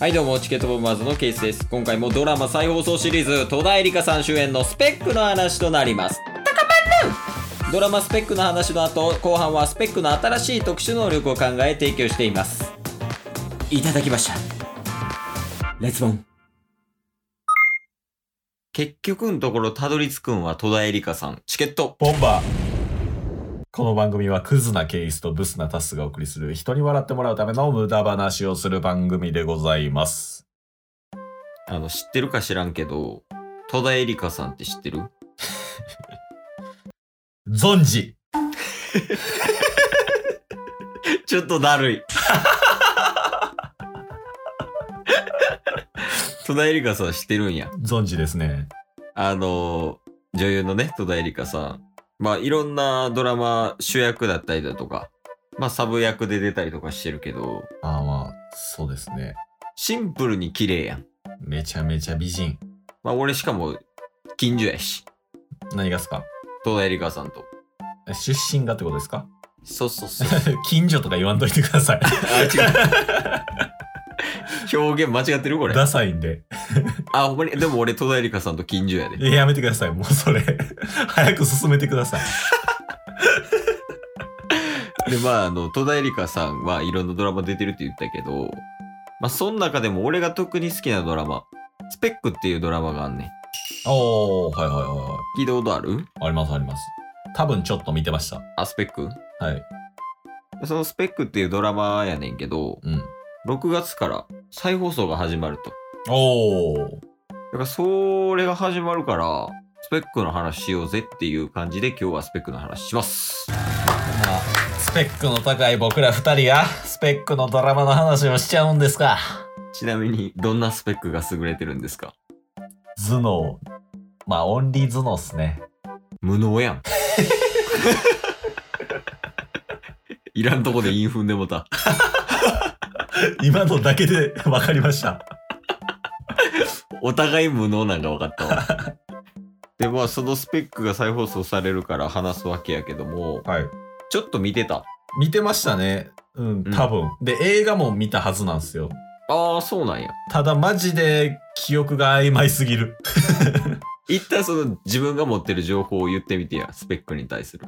はいどうもチケットボンバーズのケースです今回もドラマ再放送シリーズ戸田恵梨香さん主演のスペックの話となりますドラマスペックの話の後後半はスペックの新しい特殊能力を考え提供していますいただきましたレッツボン結局のところたどり着くんは戸田恵梨香さんチケットボンバーこの番組はクズなケースとブスなタスがお送りする人に笑ってもらうための無駄話をする番組でございます。あの知ってるか知らんけど戸田恵梨香さんって知ってる存じちょっとだるい。 戸田恵梨香さん知ってるんや。存じですね。あのー、女優のね、戸田恵梨香さん。まあ、いろんなドラマ主役だったりだとか、まあ、サブ役で出たりとかしてるけど、ああまあ、そうですね。シンプルに綺麗やん。めちゃめちゃ美人。まあ、俺しかも、近所やし、何がっすか戸田恵梨香さんと。え出身がってことですかそうそうそう。近所とか言わんといてくださ い。あ、違う。 表現間違ってるこれ。ダサいんで。あ、ほんまに、でも俺戸田恵梨香さんと近所やでい。ややめてください。もうそれ。 早く進めてください。でまああの戸田恵梨香さんはいろんなドラマ出てるって言ったけどまあその中でも俺が特に好きなドラマ「スペック」っていうドラマがあんねんおー、はいはいはいはい。聞いたことあるありますあります。多分ちょっと見てました。あスペックはい。その「スペック」っていうドラマやねんけどうん。 6月から再放送が始まるとおー。だからそれが始まるからスペックの話しようぜっていう感じで今日はスペックの話しますまあスペックの高い僕ら二人がスペックのドラマの話をしちゃうんですかちなみにどんなスペックが優れてるんですか頭脳まあオンリー頭脳っすね無能やんいらんとこでインフンでもた今のだけで 分かりましたお互い無能なんか分かったわ。 で、まあ、そのスペックが再放送されるから話すわけやけども、はいちょっと見てた。見てましたねうん多分、で映画も見たはずなんですよああ、そうなんや。ただマジで記憶が曖昧すぎる一旦その自分が持ってる情報を言ってみてや、スペックに対する。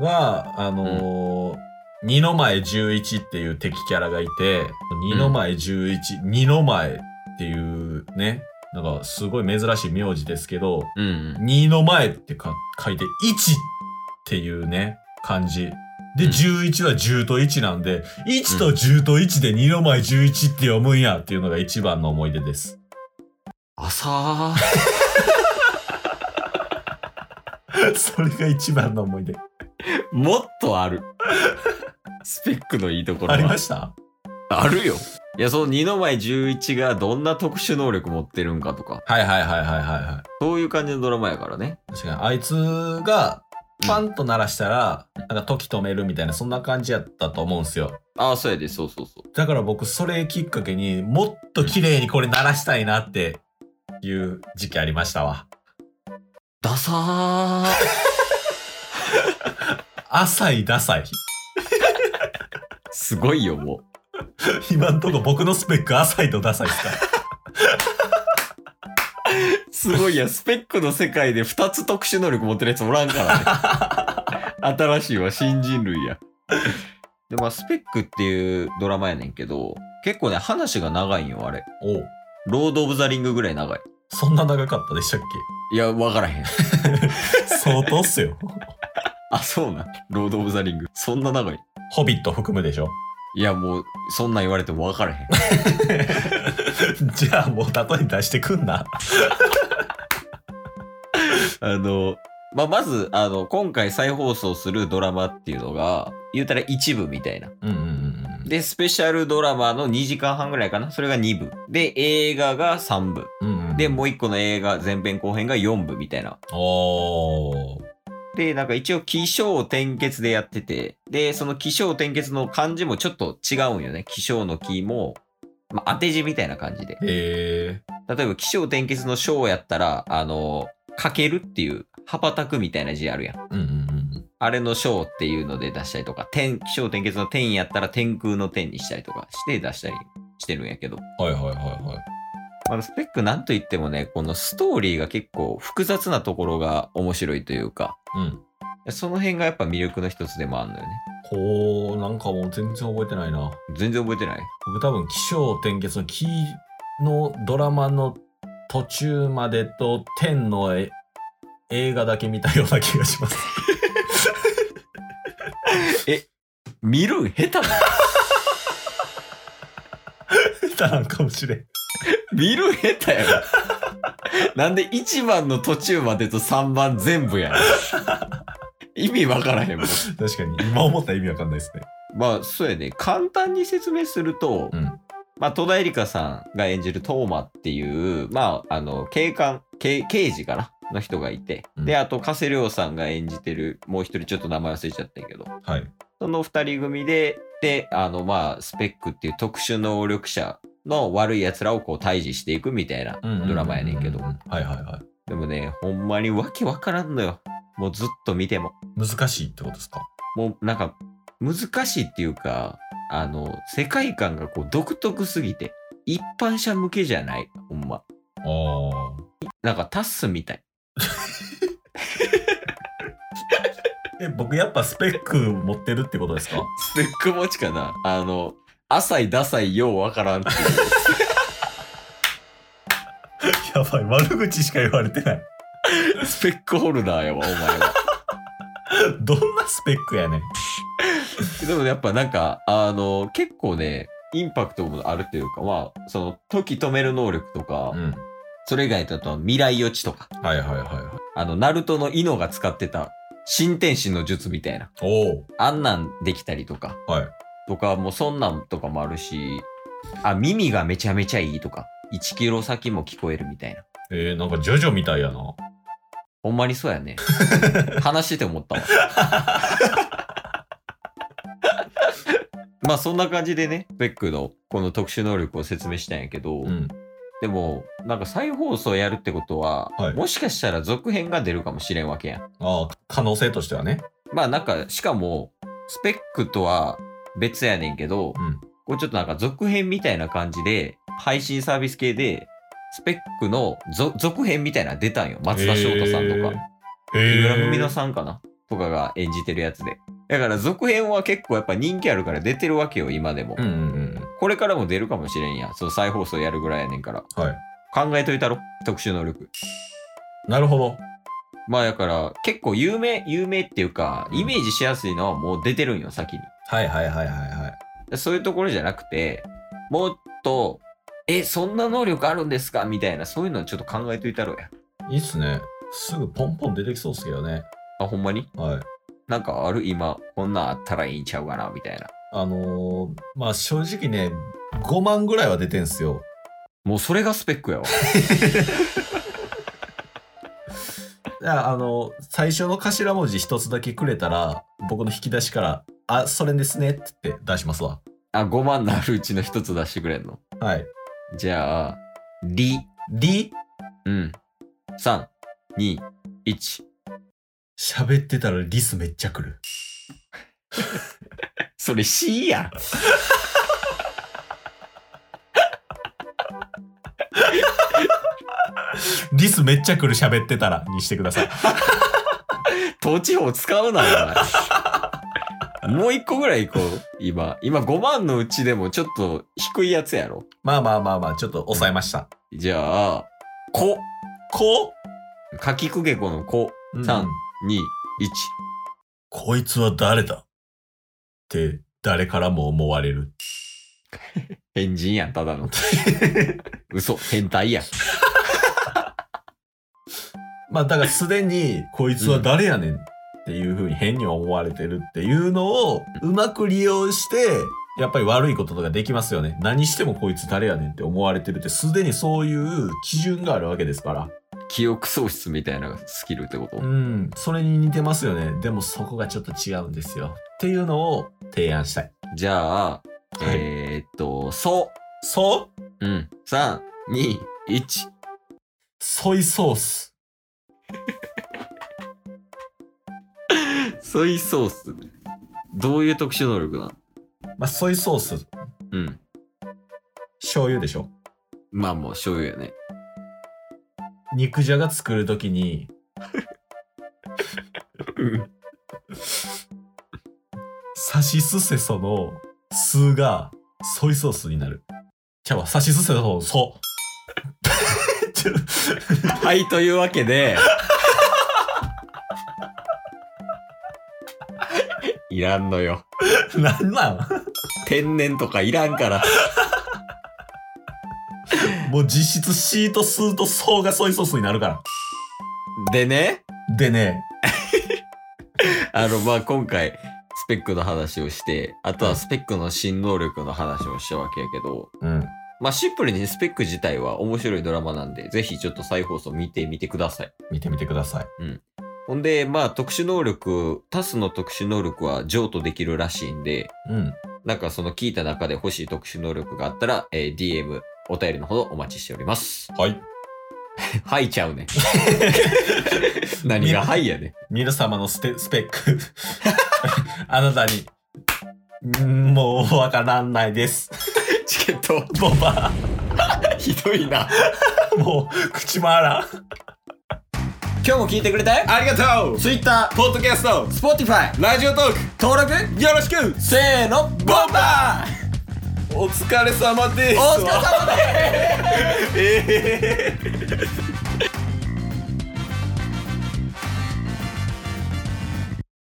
はあのー二の前11っていう敵キャラがいて、二の前11、二の前っていうね、なんかすごい珍しい名字ですけど、うんうん。 2の前ってか書いて1っていうね、漢字。で、うん11は10と1なんで、1と10と1で2の前11って読むんやっていうのが一番の思い出 です。朝ー。それが一番の思い出。 もっとある。スペックのいいところありはま。したあるよ。いや、その二の前11がどんな特殊能力持ってるんかとか、はいはいはいはいはいはそういう感じのドラマやからね。い。確かに、あいつがパンと鳴らしたら、なんか時止めるみたいな、そんな感じやったと思うんすよ。ああ、そうやで、そうそうそう。だから僕、それきっかけにもっと綺麗にこれ鳴らしたいなっていう時期ありましたわ。ダサー。浅いダサい。 すごいよ、もう。 今んとこ僕のスペック浅いとダサいっすか すごいや、スペックの世界で2つ特殊能力持ってるやつおらんから ね。新しいわ、新人類や。で、まあ、スペックっていうドラマやねんけど、結構ね、話が長いんよ、あれ。おうロード・オブ・ザ・リングぐらい長い。そんな長かったでしたっいや、わからへん。け相当っすよ。 あ、そうなん。ロード・オブ・ザ・リング。そんな長い。ホビット含むでしょ いや、もう、そんなん言われてもわから へん。じゃあもう例え出してくんな。あの、まあ、まず、あの、今回再放送するドラマっていうのが、言うたら一部みたいな。うんうんうんで、スペシャルドラマの2時間半ぐらいかな。それが2部。で、映画が3部。うん。うんうんで、もう1個の映画、前編後編が4部みたいな。おーで、なんか一応、起承転結でやってて、で、その起承転結の漢字もちょっと違うんよね。起承の起も、まあ、当て字みたいな感じで。へえ。例えば、起承転結の章やったら、あの、かけるっていう、羽ばたくみたいな字あるやん。うんうんあれの章っていうので出したりとか、天、気象転結の天やったら天空の天にしたりとかして出したり。してるんやけど。はいはいはいはい。まあ、スペックなんといってもね、このストーリーが結構複雑なところが面白いというか、うん。その辺がやっぱ魅力の一つでもあるのよね。ほう、なんかもう全然覚えてないな。全然覚えてない僕多分、起承転結のキーのドラマの途中までと、天のえ映画だけ見たような気がします。見るん下手だ 下手なんかもしれん。見るん下手やろ。 なんで1番の途中までと3番全部やねん意味わからへんもん。確かに、今思ったら意味わかんないですね。まあ、そうやね。簡単に説明すると、うんまあ、戸田恵梨香さんが演じるトーマっていう、まあ、あの、警官、警刑事かなの人がいて、うんで、あと、加瀬亮さんが演じてる、もう一人ちょっと名前忘れちゃったけど、はい。その二人組で、で、あの、まあ、スペックっていう特殊能力者の悪い奴らをこう退治していくみたいなドラマやねんけどう、んはいはいはい。でもね、ほんまにわけわからんのよ。もうずっと見ても。難しいってことですかもうなんか難しいっていうか、あの、世界観がこう独特すぎて、一般者向けじゃない、ほんま。ああ。なんかタッスみたい。え、僕やっぱスペック持ってるってことですかスペック持ちかなあの、浅いダサいようわ からんっていう。 やばい、悪口しか言われてない。スペックホルダーやわ、お前は。どんなスペックやねん。でもやっぱなんか、あの、結構ね、インパクトもあるというか、まあ、その、時止める能力とか、うん。それ以外だと未来予知とか、はいはいはいはい。あの、ナルトのイノが使ってた、新天神の術みたいな、おあんなんできたりとか、お。はい。とか、もうそんなんとかもあるし、あ、耳がめちゃめちゃいいとか、1キロ先も聞こえるみたいな。えー、なんかジョジョみたいやな。ほんまにそうや ね。話してて思ったわ。 まあそんな感じでね、ベックのこの特殊能力を説明したんやけど、うん。でも、なんか再放送やるってことは、はいもしかしたら続編が出るかもしれんわけやん。ああ、可能性としてはね。まあなんか、しかも、スペックとは別やねんけど、うん。これちょっとなんか続編みたいな感じで、配信サービス系で、スペックのぞ続編みたいなの出たんよ。松田翔太さんとか、えー。木え村文乃さんかなとかが演じてるやつで。だから続編は結構やっぱ人気あるから出てるわけよ、今でも。うんうんうんこれからも出るかもしれんやん。その再放送やるぐらいやねんから。うん。はい。考えといたろ特殊能力。なるほど。まあだから結構有名、有名っていうか、うんイメージしやすいのはもう出てるんよ、先に。はいはいはいはいはい。そういうところじゃなくて、もっと、え、そんな能力あるんですかみたいな、そういうのをちょっと考えといたろうや。いいっすね。すぐポンポン出てきそうっすけどね。あ、ほんまにはい。なんかある今、こんなんあったらいいんちゃうかなみたいな。あのー、まあ正直ね、5万ぐらいは出てんすよ。もうそれがスペックやわ。いやあの最初の頭文字一つだけくれたら僕の引き出しから「あそれですね」って言って出しますわあ、5万のあるうちの一つ出してくれんのはいじゃあ、り、 「りうん。3、2、1。」喋ってたらリスめっちゃくるそれ C やん。リスめっちゃくる喋ってたらにしてください 統治法使うなよ、お前もう一個ぐらい行こう。今、今5万のうちでもちょっと低いやつやろ。まあまあまあまあちょっと抑えましたじゃあ、こ。こ、かきくけこのこ。うん三に、こいつは誰だって誰からも思われる1。変人やん、ただ の。嘘、変態やん。まあだからすでにこいつは誰やねんっていうふうに変に思われてるっていうのをうまく利用してやっぱり悪いこととかできますよね。何してもこいつ誰やねんって思われてるってすでにそういう基準があるわけですから。記憶喪失みたいなスキルってこと、うん。それに似てますよね。でもそこがちょっと違うんですよ。っていうのを提案したい。じゃあ、はいえー、っと、そ。そううん。3、2、1。ソイソース。ソイソース。どういう特殊能力なのまあソイソース。うん。醤油でしょまあもう醤油やね。肉じゃが作るときに、サシスセソの酢がソイソースになる。ちゃうわ、サシスセソのソ。ちょはい、というわけ で。いらんのよ。 なんなん天然とかいらんから。もう実質シートスーとソがソイソースになるから。でね、でね、あの、まあ、今回、スペックの話をして、あとはスペックの新能力の話をしたわけやけど、うん。まあ、シンプルにスペック自体は面白いドラマなんで、ぜひちょっと再放送見てみてください。見てみてください。ほんで、まあ、特殊能力、タスの特殊能力は譲渡できるらしいんで、うん。なんかその聞いた中で欲しい特殊能力があったら、えー DM、お便りのほどお待ちしております。はい。はいちゃうね。何がはいやね。皆様のステスペック あなたにんーもうわからんないですチケット、ボバひどいな。もう口回らん今日も聞いてくれてありがとう !Twitter、ポッドキャスト、Spotify、ラジオトーク、登録よろしくせーの、ボンバーお疲れ様ですお疲れ様ですええ